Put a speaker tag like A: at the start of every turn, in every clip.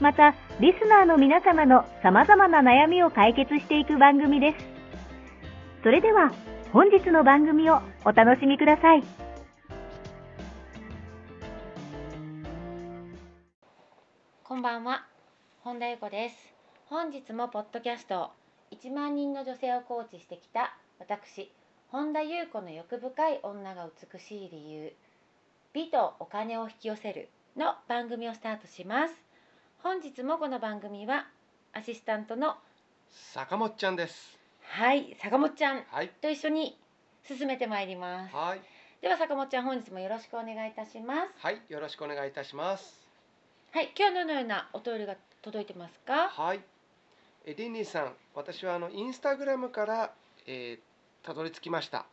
A: また、リスナーの皆様の様々な悩みを解決していく番組です。それでは、本日の番組をお楽しみください。
B: こんばんは、本田由子です。本日もポッドキャスト1万人の女性をコーチしてきた私、本田由子の欲深い女が美しい理由、美とお金を引き寄せるの番組をスタートします。本日もこの番組はアシスタントの
C: 坂本ちゃんです。
B: はい坂本ちゃん
C: はい。
B: と一緒に進めてまいります。
C: はい。
B: では坂本ちゃん本日もよろしくお願いいたします。
C: はい。よろしくお願いいたします。
B: はい、今日はどのようなお便りが届いてますか？
C: はい。えリンリンさん、私はあのインスタグラムから、えーたどり着きました。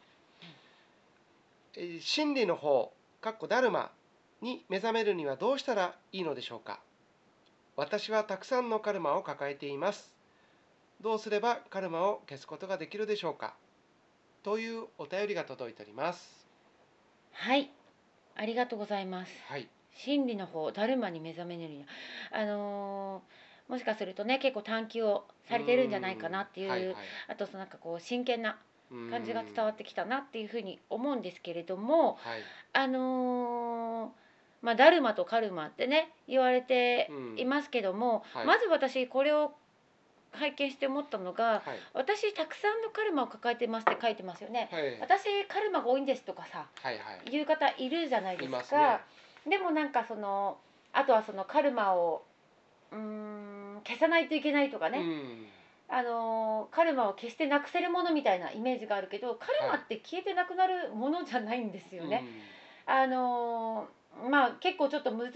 C: えー心理の方、かっこダルマに目覚めるにはどうしたらいいのでしょうか。私はたくさんのカルマを抱えています。どうすればカルマを消すことができるでしょうか。というお便りが届いております。
B: はい、ありがとうございます。
C: はい。
B: 真理の方だるまに目覚めるにはあのーもしかするとね結構探求をされてるんじゃないかなっていう、
C: はいはい
B: あとそのなんかこう真剣な感じが伝わ
C: て。
B: ってきたなっていうふうに思うんですけれども
C: はい。
B: あのーまあ、だるまとカルマってね言われて
C: うん
B: いますけども、
C: はい
B: まず私これを拝見して思ったのが、
C: はい。
B: 私たくさんのカルマを抱えてますって書いてますよね。
C: はいはい
B: 私カルマが多いんですとかさ
C: はい
B: 言う方いるじゃないで
C: い
B: すか。
C: ますね。
B: でもなんかそのあとはそのカルマをうーん消さないといけないとか
C: う
B: ね、
C: ん、
B: あのーカルマを消してなくせるものみたいなイメージがあるけどカルマって消えてなくなるものじゃないんですよね。あのーまあ結構ちょっと難しい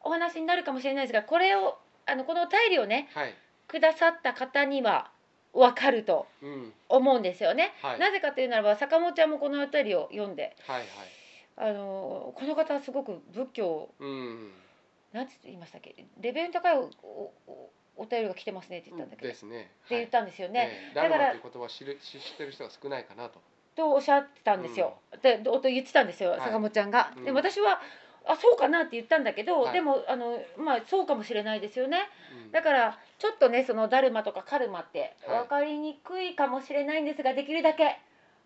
B: お話になるかもしれないですがこれをあのこのお便りをね
C: うん。はい。
B: くださった方には分かると
C: うん。
B: 思うんですよね。
C: はい。
B: なぜかというならば坂本ちゃんもこのお便りを読んで、
C: はいはい。
B: あのーこの方はすごく仏教を
C: うん。
B: なんて言いましたっけレベルの高いおおおお便りが来てますねって言ったんだけど、
C: で
B: って
C: すね。
B: 言ったんですよね、
C: ね。だ
B: だか
C: かららという言葉を知る知知ってる人が少ないかなと。
B: とおっしゃってたんですよ、でどと言ってたんですよ、
C: い
B: 坂本ちゃんが、
C: うん
B: で私はあそうかなって言ったんだけど、
C: はい
B: でもあのまあそうかもしれないですよね
C: うん
B: だからちょっとねそのダルマとかカルマって
C: はい
B: 分かりにくいかもしれないんですが、できるだけ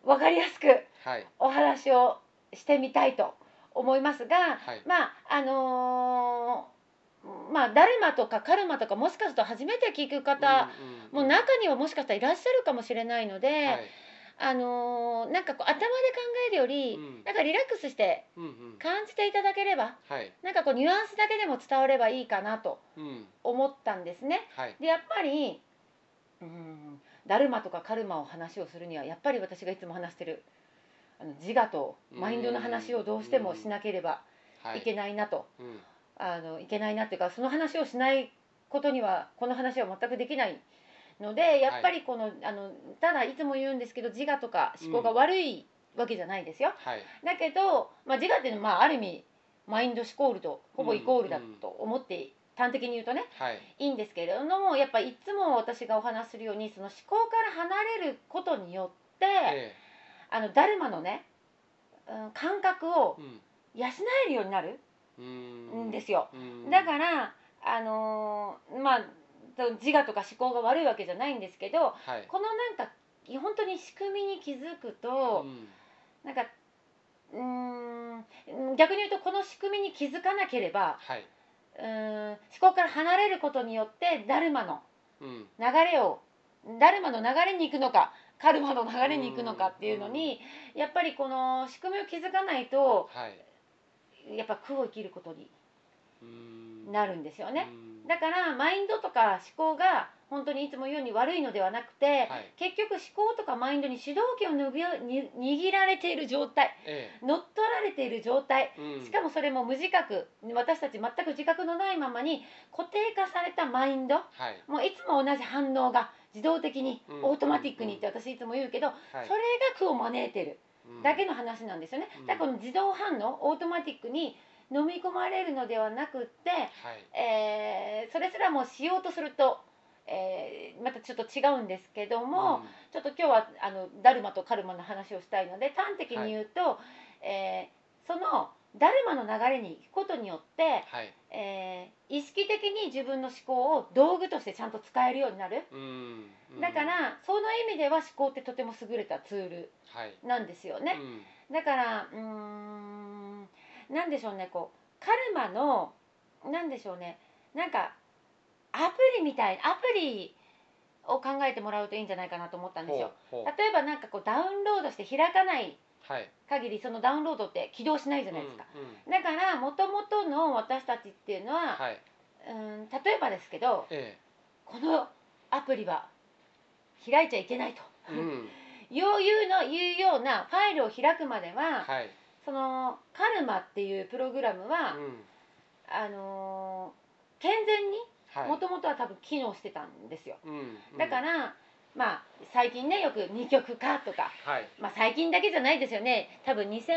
B: 分かりやすく
C: はい
B: お話をしてみたいと思いますが、
C: はい
B: まああのーまあダルマとかカルマとかもしかすると初めて聞く方、もう
C: な
B: 中にはもしかしたらいらっしゃるかもしれないので、
C: はい
B: あのーなんかこう頭で考えるより、
C: うん
B: なんかリラックスして
C: うんうん
B: 感じていただければ
C: はい
B: なんかこうニュアンスだけでも伝わればいいかなと
C: うん
B: 思ったんですね。
C: はい
B: でやっぱりうんダルマとかカルマを話をするにはやっぱり私がいつも話してるあの自我とマインドの話をどうしてもしなければ
C: はい
B: いけないなと。
C: うん
B: あのいけないなっていうかその話をしないことにはこの話は全くできないのでやっぱりこの,、あのただいつも言うんですけど自我とか思考が悪いわけじゃないですよ、
C: はい
B: だけど、まあ、自我っていうのは、まあ、ある意味マインド思考ルとほぼイコールだ
C: うん
B: と思って端的に言うとね
C: はい
B: いいんですけれどもやっぱいつも私がお話しするようにその思考から離れることによって、
C: え
B: あのダルマのね、うん、感覚を
C: え
B: 養えるようになる
C: うん
B: んですすよ。だからあのーまあと自我とか思考が悪いわけじゃないんですけど
C: らはい
B: このなんか本当に仕組みに気づく
C: う
B: と、
C: ん
B: なんかうーん逆に言うとこの仕組みに気づかなければ
C: はい
B: うーん思考から離れることによってダルマの
C: うん
B: 流れをダルマの流れに行くのかカルマの流れに行くのかっていうのにやっぱりこの仕組みを気づかないと
C: はい
B: やっぱ苦を生きることに
C: うん
B: なるんですよね。
C: うん
B: だからマインドとか思考が本当にいつも言うように悪いのではなくて、
C: はい
B: 結局思考とかマインドに主導権をぬぐよに握られている状態
C: え
B: 乗っ取られている状態
C: えうん
B: しかもそれも無自覚私たち全く自覚のないままに固定化されたマインド
C: はい
B: もういつも同じ反応が自動的に
C: うん
B: オートマティックにって私いつも言うけど、
C: はい
B: それが苦を招いてるだけの話なんですよね、
C: うん
B: だからこの自動反応オートマティックに飲み込まれるのではなくって、
C: はい
B: えーそれすらもうしようとすると、えーまたちょっと違うんですけども、
C: うん
B: ちょっと今日はあのダルマとカルマの話をしたいので端的に言うと、えーそのダルマの流れに行くことによって、
C: はい
B: えー意識的に自分の思考を道具としてちゃんと使えるようになる、
C: うんうん
B: だからその意味では思考ってとても優れたツール
C: はい
B: なんですよね、
C: うん
B: だからうーんなんでしょうねこうカルマのなんでしょうねなんかアプリみたいアプリを考えてもらうといいんじゃないかなと思ったんですよ
C: ほう。ほう
B: 例えばなんかこうダウンロードして開かない
C: はい
B: 限りそのダウンロードって起動しないじゃないですか、
C: うんうん
B: だからもともとの私たちっていうのは、
C: はい
B: うーん例えばですけど
C: え
B: このアプリは開いちゃいけないと
C: えうん
B: 余裕の言うようなファイルを開くまでは、
C: はい
B: そのカルマっていうプログラムは、
C: うん
B: あのー健全に
C: はい
B: もともとは多分機能してたんですよ、
C: うん
B: だか
C: うん
B: ら、まあ最近ねよく二極化とか
C: はい
B: まあ、最近だけじゃないですよね多分2013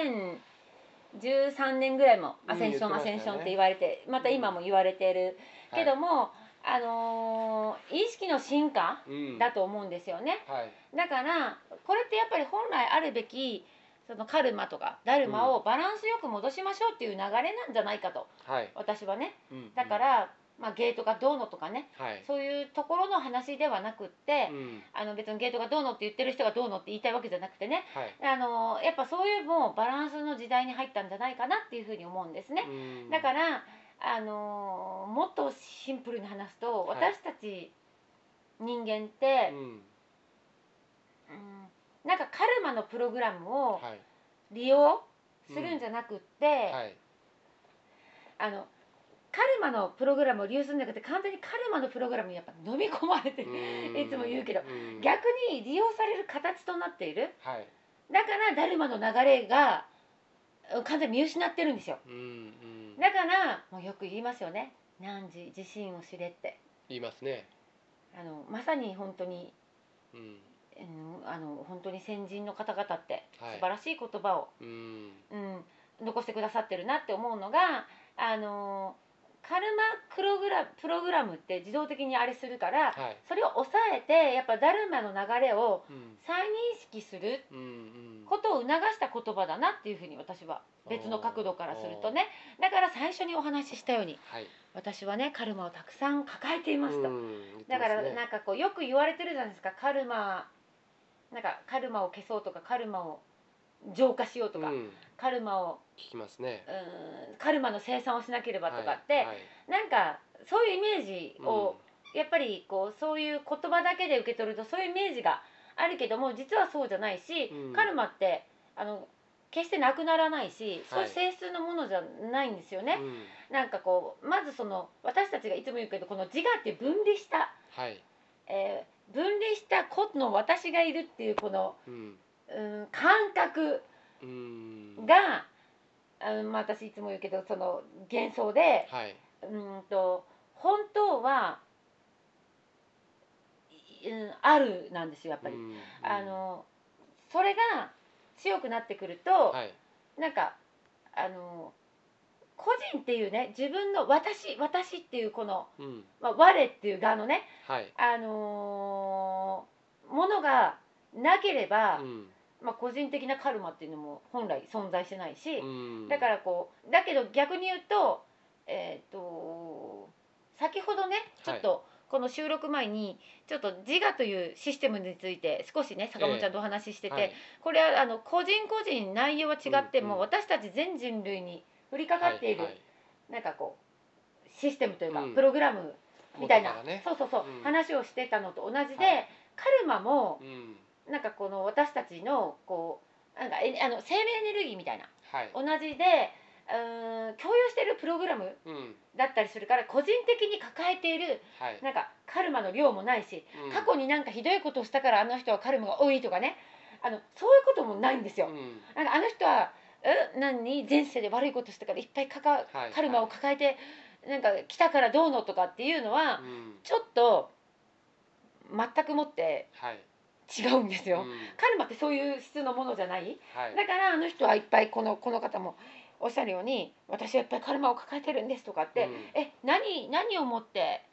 B: 年ぐらいもアセンション、
C: うん言ってま
B: ア
C: した
B: セ
C: よね
B: ンションって言われてまた今も言われてる、けど
C: は
B: も、あのー意識の進化
C: いうん
B: だと思うんですよね
C: はい
B: だからこれってやっぱり本来あるべきそのカルマとかダルマをバランスよく戻しましょうっていう流れなんじゃないかと
C: はい
B: 私はね
C: うん
B: だから、まあ、ゲートがどうのとかね
C: うんはい
B: そういうところの話ではなくって、
C: うん
B: あの別にゲートがどうのって言ってる人がどうのって言いたいわけじゃなくてね
C: はい
B: あのやっぱそういうもうバランスの時代に入ったんじゃないかなっていうふうに思うんですね、
C: うん
B: だからあのもっとシンプルに話すと
C: はい
B: 私たち人間って
C: う、ん
B: うんなんかカルマのプログラムを
C: はい
B: 利用するんじゃなくって、
C: はい
B: あのカルマのプログラムを利用するんじゃなくて完全にカルマのプログラムにやっぱ飲み込まれてる、いつも言うけど
C: うん
B: 逆に利用される形となっている
C: はい
B: だからダルマの流れがうん完全に見失ってるんですよ
C: うんうん
B: だからもうよく言いますよね「何時自身を知れ」って
C: 言いますね
B: あのまさに本当に、
C: うん
B: うん、あの本当に先人の方々って素
C: はい
B: 晴らしい言葉を、
C: うん
B: うん、残してくださってるなって思うのがあのカルマプログラプログラムって自動的にあれするから、
C: はい
B: それを抑えてやっぱダルマの流れを
C: うん
B: 再認識する
C: うんうん
B: ことを促した言葉だなっていうふうに私は別の角度からするとねだから最初にお話ししたように
C: はい
B: 私はねカルマをたくさん抱えていました、
C: うん
B: だから
C: 言ってますね
B: なんかこうよく言われてるじゃないですかカルマなんかカルマを消そうとかカルマを浄化しようとか、
C: うん
B: カルマを
C: 聞きますね
B: うーんカルマの生産をしなければとかって、
C: はいはい
B: なんかそういうイメージ
C: うん
B: を、やっぱりこうそういう言葉だけで受け取るとそういうイメージがあるけども実はそうじゃないし、
C: うん
B: カルマってあの決してなくならないし、
C: はい
B: そういう性質のものじゃないんですよね。
C: うん
B: なんかこうまずその私たちがいつも言うけどこの自我っていう分離した
C: はい
B: えー分離した個の私がいるっていうこの、
C: うん
B: うん、感覚
C: うん
B: が、うんまあ、私いつも言うけどその幻想で
C: はい
B: うんと本当はいうんあるなんですよやっぱり。
C: うん
B: あのそれが強くなってくると、
C: はい
B: なんかあの個人っていうね自分の私私っていうこの、
C: うん
B: まあ、我っていう側のね
C: はい
B: あのーものがなければ、
C: うん
B: まあ、個人的なカルマっていうのも本来存在してないし、
C: うん
B: だからこうだけど逆に言うと,、えー、と先ほどねちょっとこの収録前にちょっと自我というシステムについて少しね坂本ちゃんとお話ししてて、
C: はい
B: これはあの個人個人内容は違っても、
C: うんうん
B: 私たち全人類に降りかかっている、
C: はいはい
B: なんかこうシステムというか、
C: うん
B: プログラムみたいな、
C: 元からね
B: そうそうそう、
C: うん
B: 話をしてたのと同じで、
C: はい
B: カルマも
C: うん
B: なんかこの私たちのこうなんかえあの生命エネルギーみたいな
C: はい
B: 同じでうーん共有してるプログラム
C: うん
B: だったりするから個人的に抱えている
C: はい
B: なんかカルマの量もないし、
C: うん
B: 過去になんかひどいことをしたからあの人はカルマが多いとかねあのそういうこともないんですよ。
C: うん
B: なんかあの人はえ何前世で悪いことしたからいっぱいかか
C: はい
B: カルマを抱えてなんか来たからどうのとかっていうのは
C: うん
B: ちょっと全くもって
C: はい
B: 違うんですよ。
C: うん
B: カルマってそういう質のものじゃない
C: はい
B: だからあの人はいっぱいこのこの方もおっしゃるように私はいっぱいカルマを抱えてるんですとかって、
C: うん
B: え何何をもって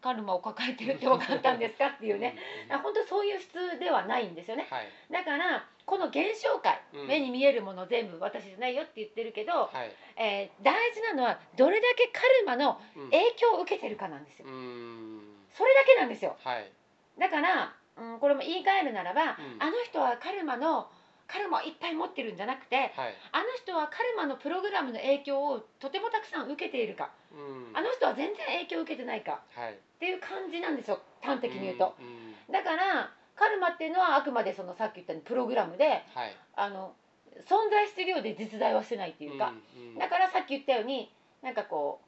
B: カルマを抱えてるって分かったんですかっていうね
C: うん
B: あ本当そういう質ではないんですよね
C: はい
B: だからこの現象界、
C: うん
B: 目に見えるもの全部私じゃないよって言ってるけど、
C: はい
B: えー大事なのはどれだけカルマの
C: うん
B: 影響を受けてるかなんですよ、
C: うん
B: それだけなんですよ
C: はい
B: だから、うん、これも言い換えるならば、
C: うん
B: あの人はカルマのカルマをいっぱい持ってるんじゃなくて
C: はい
B: あの人はカルマのプログラムの影響をとてもたくさん受けているか
C: うん
B: あの人は全然影響を受けてないか
C: はい
B: っていう感じなんですよ端的に言うと、
C: んん
B: だからカルマっていうのはあくまでそのさっき言ったようにプログラムで
C: はい
B: あの存在してるようで実在はしてないっていうか、
C: んん
B: だからさっき言ったようになんかこう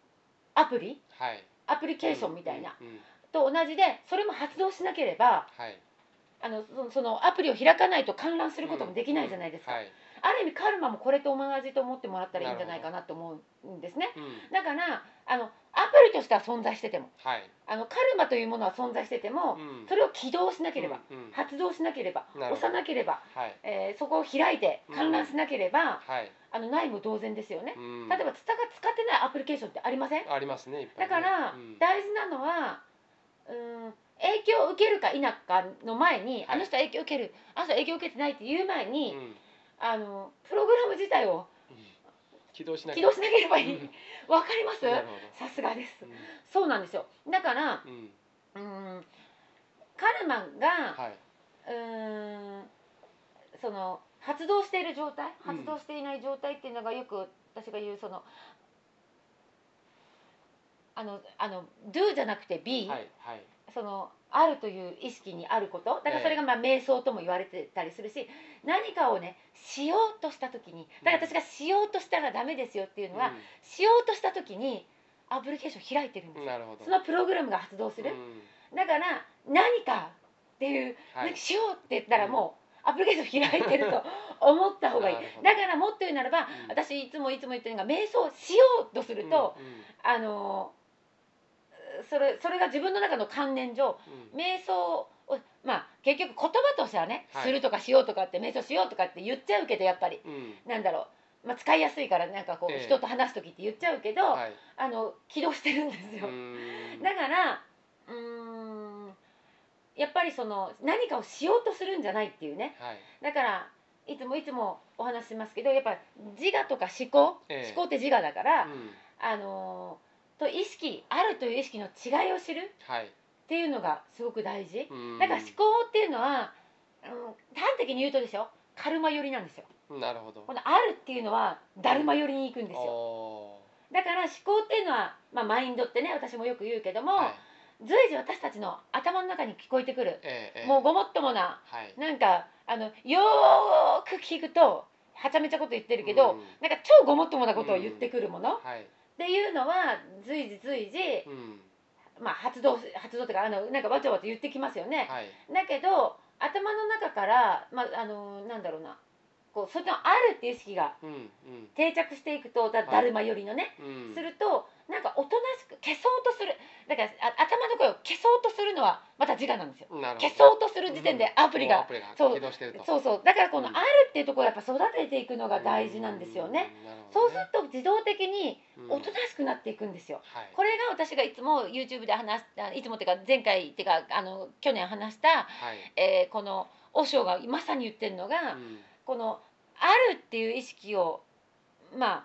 B: アプリ
C: はい
B: アプリケーションみたいな、
C: うんうん
B: と同じでそれも発動しなければ
C: はい
B: あのそそのアプリを開かないと観覧することもできないじゃないですか、
C: うんはい
B: ある意味カルマもこれと同じと思ってもらったらいいんじゃないかなと思うんですね
C: うん
B: だからあのアプリとしては存在してても
C: はい
B: あのカルマというものは存在してても、
C: うん
B: それを起動しなければ、
C: うんうん
B: 発動しなければ
C: なるほど
B: 押さなければ、
C: はい
B: えーそこを開いて観覧しなければ、
C: はい
B: あの内部同然ですよね、
C: うん
B: 例えばツタが使ってないアプリケーションってありません
C: ありますねいっぱい
B: だ
C: ね
B: から、
C: うん
B: 大事なのはうん影響を受けるか否かの前に、
C: はい
B: あの人は影響を受けるあの人は影響を受けてないっていう前に、
C: うん
B: あのプログラム自体を
C: 起動しなき
B: 起
C: ゃ
B: 動しなければいい
C: うん
B: わかります
C: なるほ
B: さすがです
C: どう
B: そうなんですよだから
C: んうん
B: うんカルマが、
C: はい
B: うんその発動している状態
C: うん
B: 発動していない状態っていうのがよく私が言うそのあのあの do じゃなくて be、
C: はいはい
B: そのあるという意識にあることだからそれがまあ瞑想とも言われてたりするし、何かをねしようとした時にだから私がしようとしたらダメですよっていうのは、しようとした時にアプリケーション開いてるんです
C: うん
B: よ
C: なるほど
B: そのプログラムが発動する
C: う、ん
B: だから何かっていう
C: は
B: なん
C: い
B: かしようって言ったらもうアプリケーション開いてると思った方がいい
C: なるほど
B: だからもっと言うならば、
C: ん
B: 私いつもいつも言ってるのが瞑想しようとすると、
C: うん
B: あのーそれそれが自分の中の観念上
C: うんうん
B: 瞑想をまあ結局言葉としてはね、
C: はい
B: するとかしようとかって瞑想しようとかって言っちゃうけどやっぱり
C: うん
B: なんだろう、まあ、使いやすいからなんかこう、
C: ええ
B: 人と話す時って言っちゃうけど、
C: はい
B: あの起動してるんですよ。
C: うん
B: だからうーんやっぱりその何かをしようとするんじゃないっていうね
C: はい
B: だからいつもいつもお話ししますけどやっぱ自我とか思考、
C: ええ
B: 思考って自我だから、
C: うん
B: あのーと意識あるという意識の違いを知る
C: はい
B: っていうのがすごく大事、
C: うん
B: だから思考っていうのは、うん、端的に言うとですよカルマ寄りなんですよ
C: なるほど
B: この「ある」っていうのはだるま寄りに行くんですよ
C: お
B: だから思考っていうのは、まあ、マインドってね私もよく言うけども、
C: ーはい
B: 随時私たちの頭の中に聞こえてくる、
C: ええええ
B: もうごもっともな
C: はい
B: なんかあのよーく聞くとはちゃめちゃこと言ってるけど、
C: うん
B: なんか超ごもっともなことを言ってくるもの、っ
C: はい
B: ていうのは随時随時、
C: うん
B: まあ、発動発動っていうかあのなんかわちゃわちゃ言ってきますよね、
C: はい
B: だけど頭の中から、まあ、あのなんだろうなこうそれのあるっていう意識が
C: うんうん
B: 定着していくとだ
C: はい
B: だるま寄りのね、
C: うん
B: するとなんかおとなしく消そうとするだからあ頭の声を消そうとするのはまた自我なんですよ
C: なるほど
B: 消そうとする時点でアプリが、
C: もうアプリが
B: そう
C: 起動してると
B: そうそうだからこの
C: う
B: 「
C: ん
B: ある」っていうところをやっぱ育てていくのが大事なんですよね、
C: うん。なる
B: そ
C: ほ
B: うすると自動的に
C: ど
B: お
C: ね
B: となしくなっていくんですよ、
C: はい。
B: これが私がいつも YouTube で話したいつもっていうか前回っていうかあの去年話した、
C: はい。
B: えーこの和尚がまさに言ってるのが、
C: うん
B: この「ある」っていう意識をまあ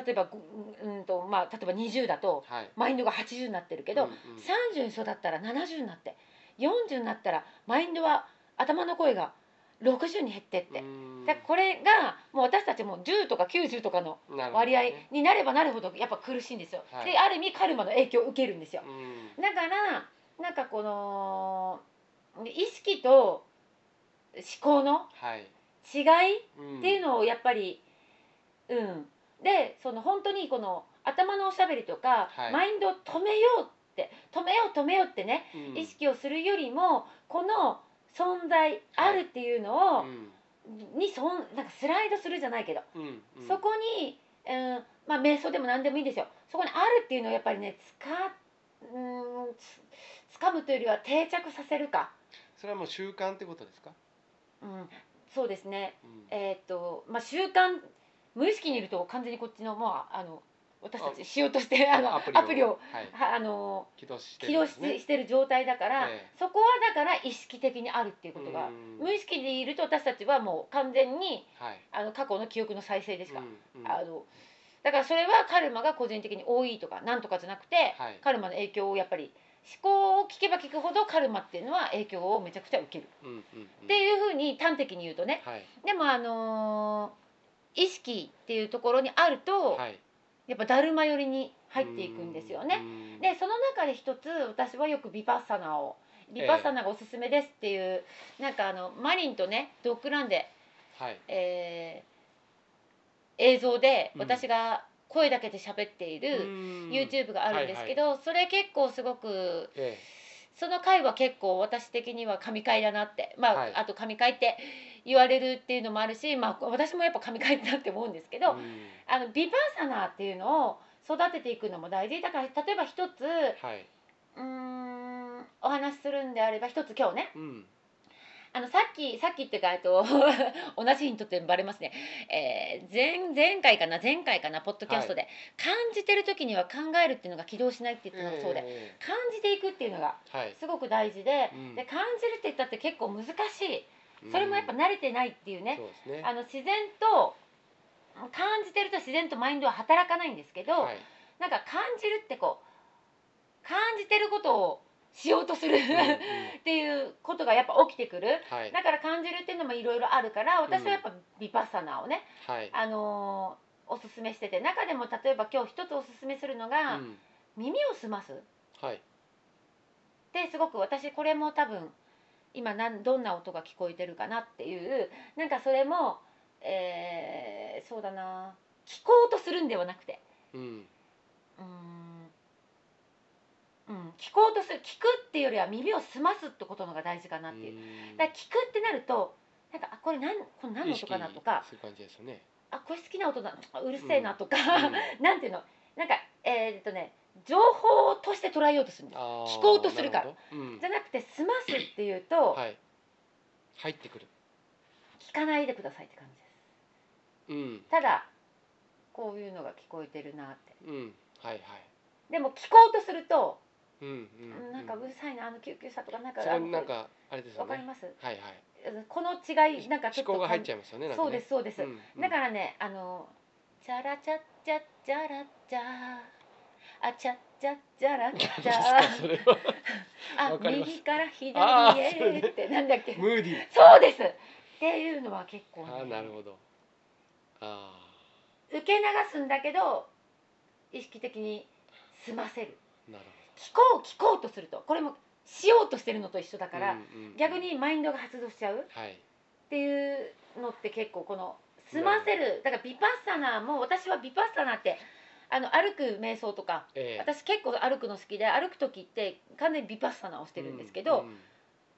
B: 例えばごうんと、まあ、例えば20だと
C: はい。
B: マインドが80になってるけど、
C: うんうん
B: 30に育ったら70になって40になったらマインドは頭の声が60に減ってって、
C: うん
B: だからこれがもう私たちも10とか90とかの
C: なるほどね
B: 割合になればなるほどやっぱ苦しいんですよ、
C: はい
B: である意味カルマの影響を受けるんですよ
C: うん
B: だからなんかこの意識と思考の
C: はい
B: 違い
C: っ
B: っていうのをやっぱりうん、でその本当にこの頭のおしゃべりとか、
C: はい
B: マインドを止めようって止めよう止めようってね、意識をするよりもこの存在あるっていうのを、にそんなんかスライドするじゃないけど、そこに、うんまあ、瞑想でも何でもいいんですよそこにあるっていうのをやっぱりねつかうんつ掴むというよりは定着させるか、
C: それはもう習慣ってことですか、
B: うん、そうですね
C: うん
B: えーっとまあ習慣無意識にいると完全にこっちのもうあの私たちしようとしてるあのアプリを
C: はい、
B: はあの
C: 起動して
B: 起動し,、してる状態だから、
C: ええ
B: そこはだから意識的にあるっていうことが、無意
C: 識
B: 識でいると私たちはもう完全に
C: はい
B: あの過去の記憶の再生で
C: です
B: か、
C: うんうん
B: あのだからそれはカルマが個人的に多いとかなんとかじゃなくて、
C: はい
B: カルマの影響をやっぱり思考を聞けば聞くほどカルマっていうのは影響をめちゃくちゃ受ける、
C: うんうんうん
B: っていうふうに端的に言うとね
C: はい
B: でもあのー意識っていうところにあると、
C: はい
B: やっぱだるま寄りに入っていくんですよね。
C: ね
B: でその中で一つ私はよくビパッサナをビパッサナがおすすめですっていう、なんかあのマリンとねドッグランで、
C: はい
B: えー映像で
C: うん
B: 私が声だけで喋っている YouTube があるんですけど、それ結構すごく
C: え
B: その回は結構私的には神回だなってまあ、
C: はい
B: あと神回って言われるっていうのもあるし、まあ、私もやっぱ神回だなって思うんですけ
C: え
B: ど、
C: うん
B: あのビパッサナーっていうのを育てていくのも大事だから例えば一つ
C: はい、
B: うーんお話しするんであれば一つ今日ね
C: うん、
B: あのさっきさっきっていうかえっと 同じ日にとってバレますね、えー前前回かな前回かなポッドキャストで、感じてる時には考えるっていうのが起動しないって言ったのがそうで、
C: え
B: 感じていくっていうのが
C: えはい
B: すごく大事で,、
C: うん
B: で感じるって言ったって結構難しいそれもやっぱ慣れてないっていう
C: うん
B: ね
C: そうですね
B: あの自然と感じてると自然とマインドは働かないんですけど、
C: はい
B: なんか感じるってこう感じてることをしようとする っ
C: うんうん
B: ていうことがやっぱ起きてくる
C: はい
B: だから感じるっていうのもいろいろあるから私はやっぱビパッサナーをね、
C: はい
B: あのーおすすめしてて中でも例えば今日一つおすすめするのが、
C: うん
B: 耳を澄ますっ
C: はい
B: てすごく私これも多分今なんどんな音が聞こえてるかなっていうなんかそれも、えーそうだな聞こうとするんではなくて
C: うん
B: うーん、うん、聞こうとする聞くっていうよりは耳を澄ますってことのが大事かなっていう、
C: うん
B: だから聞くってなるとなんかあこれ何これ何の音かなとか
C: 意識する感じです よね、
B: あこれ好きな音だあうるせえなとか、
C: うん
B: なんていうのなんかえーっとね情報として捉えようとするんです
C: あー
B: 聞こうとするから
C: なほどうん
B: じゃなくて澄ますっていうと、
C: はい入ってくる
B: 聞かないでくださいって感じです
C: うん
B: ただこういうのが聞こえてるなって
C: うんはいはい
B: でも聞こうとすると、
C: うん
B: う
C: うんん
B: なんかうるさいなあの救急車とかなんか
C: そ
B: あ
C: こ
B: の
C: になんかあれですよ
B: わ
C: ね
B: かります
C: はいはい
B: この違いなんかちょっと
C: 思考が入っちゃいますよねなんか
B: そう
C: ね
B: ですそうです、
C: うんうん
B: だからねあの「チャラチャッチャッチャラチャー」あチャッチャッチャラチ ャ
C: 何ですかそ
B: ー
C: れは
B: あ
C: わかります
B: 右から
C: あ
B: 左
C: ーそれ
B: へ
C: ね
B: ってなんだっけ
C: ムーディー
B: そうですっていうのは結構ね、
C: あーなるほどあ
B: 受け流すんだけど意識的に済ませる
C: ーなる
B: 聞こう聞こうとするとこれもしようとしてるのと一緒だ
C: ほど
B: から、
C: うんうんうん
B: 逆にマインドが発動しちゃう
C: はい
B: っていうのって結構この済ませるだからビパッサナーも私はビパッサナーってあの歩く瞑想とか
C: ええ
B: 私結構歩くの好きで歩く時って完全にビパッサナーをしてるんですけど
C: う、ん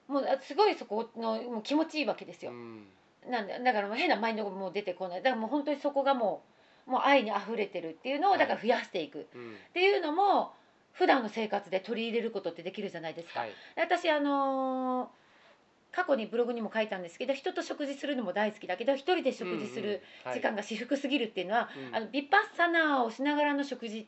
B: もうあすごいそこのもう気持ちいいわけですよ
C: う、ん
B: なんでだからもう変なマインドがもう出てこないだからもう本当にそこがもうもう愛にあふれてるっていうのをだから増やしていくっ
C: うん
B: ていうのも普段の生活で取り入れることってできるじゃないですか、
C: はい
B: 私あのー過去にブログにも書いたんですけど人と食事するのも大好きだけど一人で食事する時間
C: が
B: が至福すぎるっていうのは、
C: うん
B: あのビパッサナーをしながらの食事
C: っ
B: っ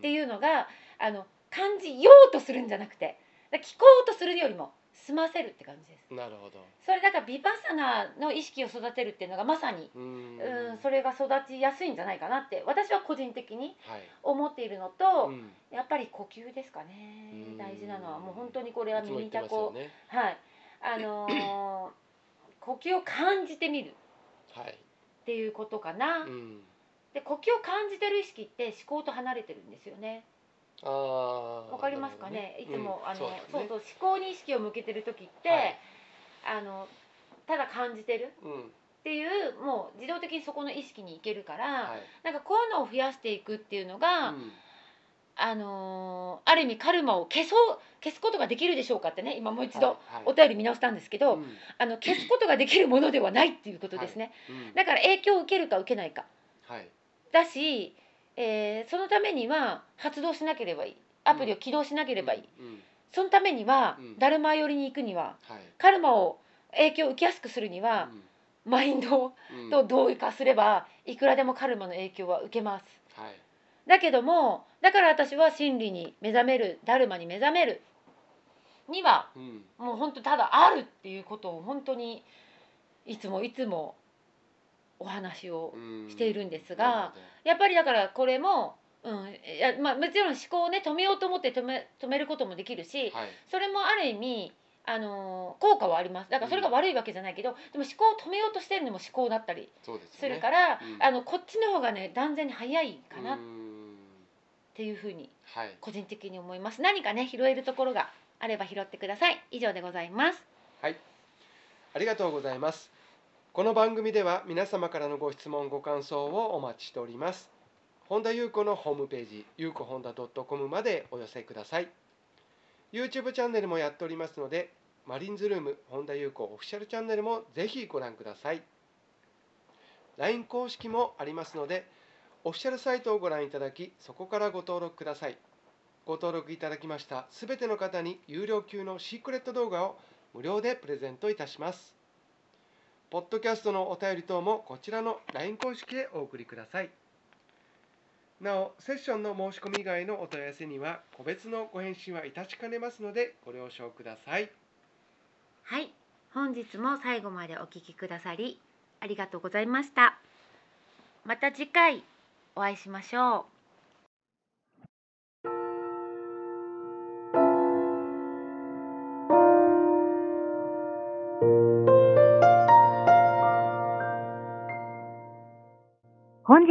B: ていううのが、あの感じようとするんじゃなくてだから聞こうとするよりも済ませるって感じです
C: んなるほど
B: それだからビパッサナーの意識を育てるっていうのがまさに、
C: うん
B: うん、それが育ちやすいんじゃないかなって私は個人的に
C: はい
B: 思っているのと、
C: うん
B: やっぱり呼吸ですかね
C: うん
B: 大事なのはもう本当にこれはい
C: つも
B: 耳
C: 言って
B: た
C: ます
B: こ
C: よね
B: はい、あの呼吸を感じてみるっ
C: はい、
B: ていうことかな、
C: うん、
B: で呼吸を感じてる意識って思考と離れてるんですよね
C: ああ
B: わかりますかねいつも、あのそう,、
C: そ
B: そうう
C: ですね
B: 思考に意識を向けてる時って、
C: はい
B: あのただ感じてる
C: うん
B: っていうもう自動的にそこの意識に行けるから、
C: はい
B: なんかこういうのを増やしていくっていうのが、
C: うん
B: あのーある意味カルマを消そう消すことができるでしょうかってね今もう一度
C: はい
B: お便り見直したんですけど、
C: うん
B: あの消すことができるものではないっていうことですね、
C: うん
B: だから影響を受けるか受けないか
C: はい
B: だし、えーそのためには発動しなければいいアプリを起動しなければいい、
C: うんうん
B: そのためには、
C: うん
B: だるま寄りに行くには
C: はい
B: カルマを影響を受けやすくするには、マインド
C: うん
B: とどうかすればいくらでもカルマの影響は受けます
C: はい
B: だけどもだから私は真理に目覚めるダルマに目覚めるには
C: うん
B: もう本当ただあるっていうことを本当にいつもいつもお話を
C: うん
B: しているんですが
C: なるほど
B: やっぱりだからこれも、うんいやまあ、もちろん思考をね止めようと思って止め止めることもできるし
C: はい
B: それもある意味あのー効果はありますだからそれが悪いわけじゃないけど、でも思考を止めようとしてるのも思考だったり
C: そうです
B: する
C: ら
B: から、
C: うん
B: あのこっちの方がね断然に早いかなっ
C: うん
B: ていうふうに
C: はい
B: 個人的に思います何かね拾えるところがあれば拾ってください以上でございます
C: ありがとうございます。この番組では皆様からのご質問ご感想をお待ちしております。本田裕子のホームページ、ゆうこ本田 .com までお寄せください。YouTube チャンネルもやっておりますので、マリンズルーム本田裕子オフィシャルチャンネルもぜひご覧ください。LINE 公式もありますので、オフィシャルサイトをご覧いただき、そこからご登録ください。ご登録いただきましたすべての方に有料級のシークレット動画を無料でプレゼントいたします。ポッドキャストのお便り等もこちらの LINE 公式へお送りください。なお、セッションの申し込み以外のお問い合わせには個別のご返信はいたしかねますのでご了承ください。
B: はい本日も最後までお聞きくださりありがとうございましたまた次回お会いしましょう
A: 本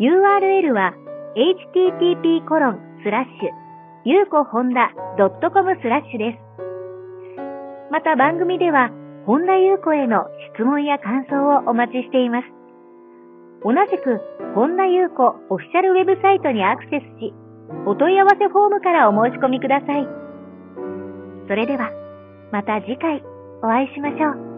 A: URL は http コロンスラッシュゆうこほんだ .com スラッシュです。また番組では、本田ゆう子への質問や感想をお待ちしています。同じく、本田ゆう子オフィシャルウェブサイトにアクセスし、お問い合わせフォームからお申し込みください。それでは、また次回お会いしましょう。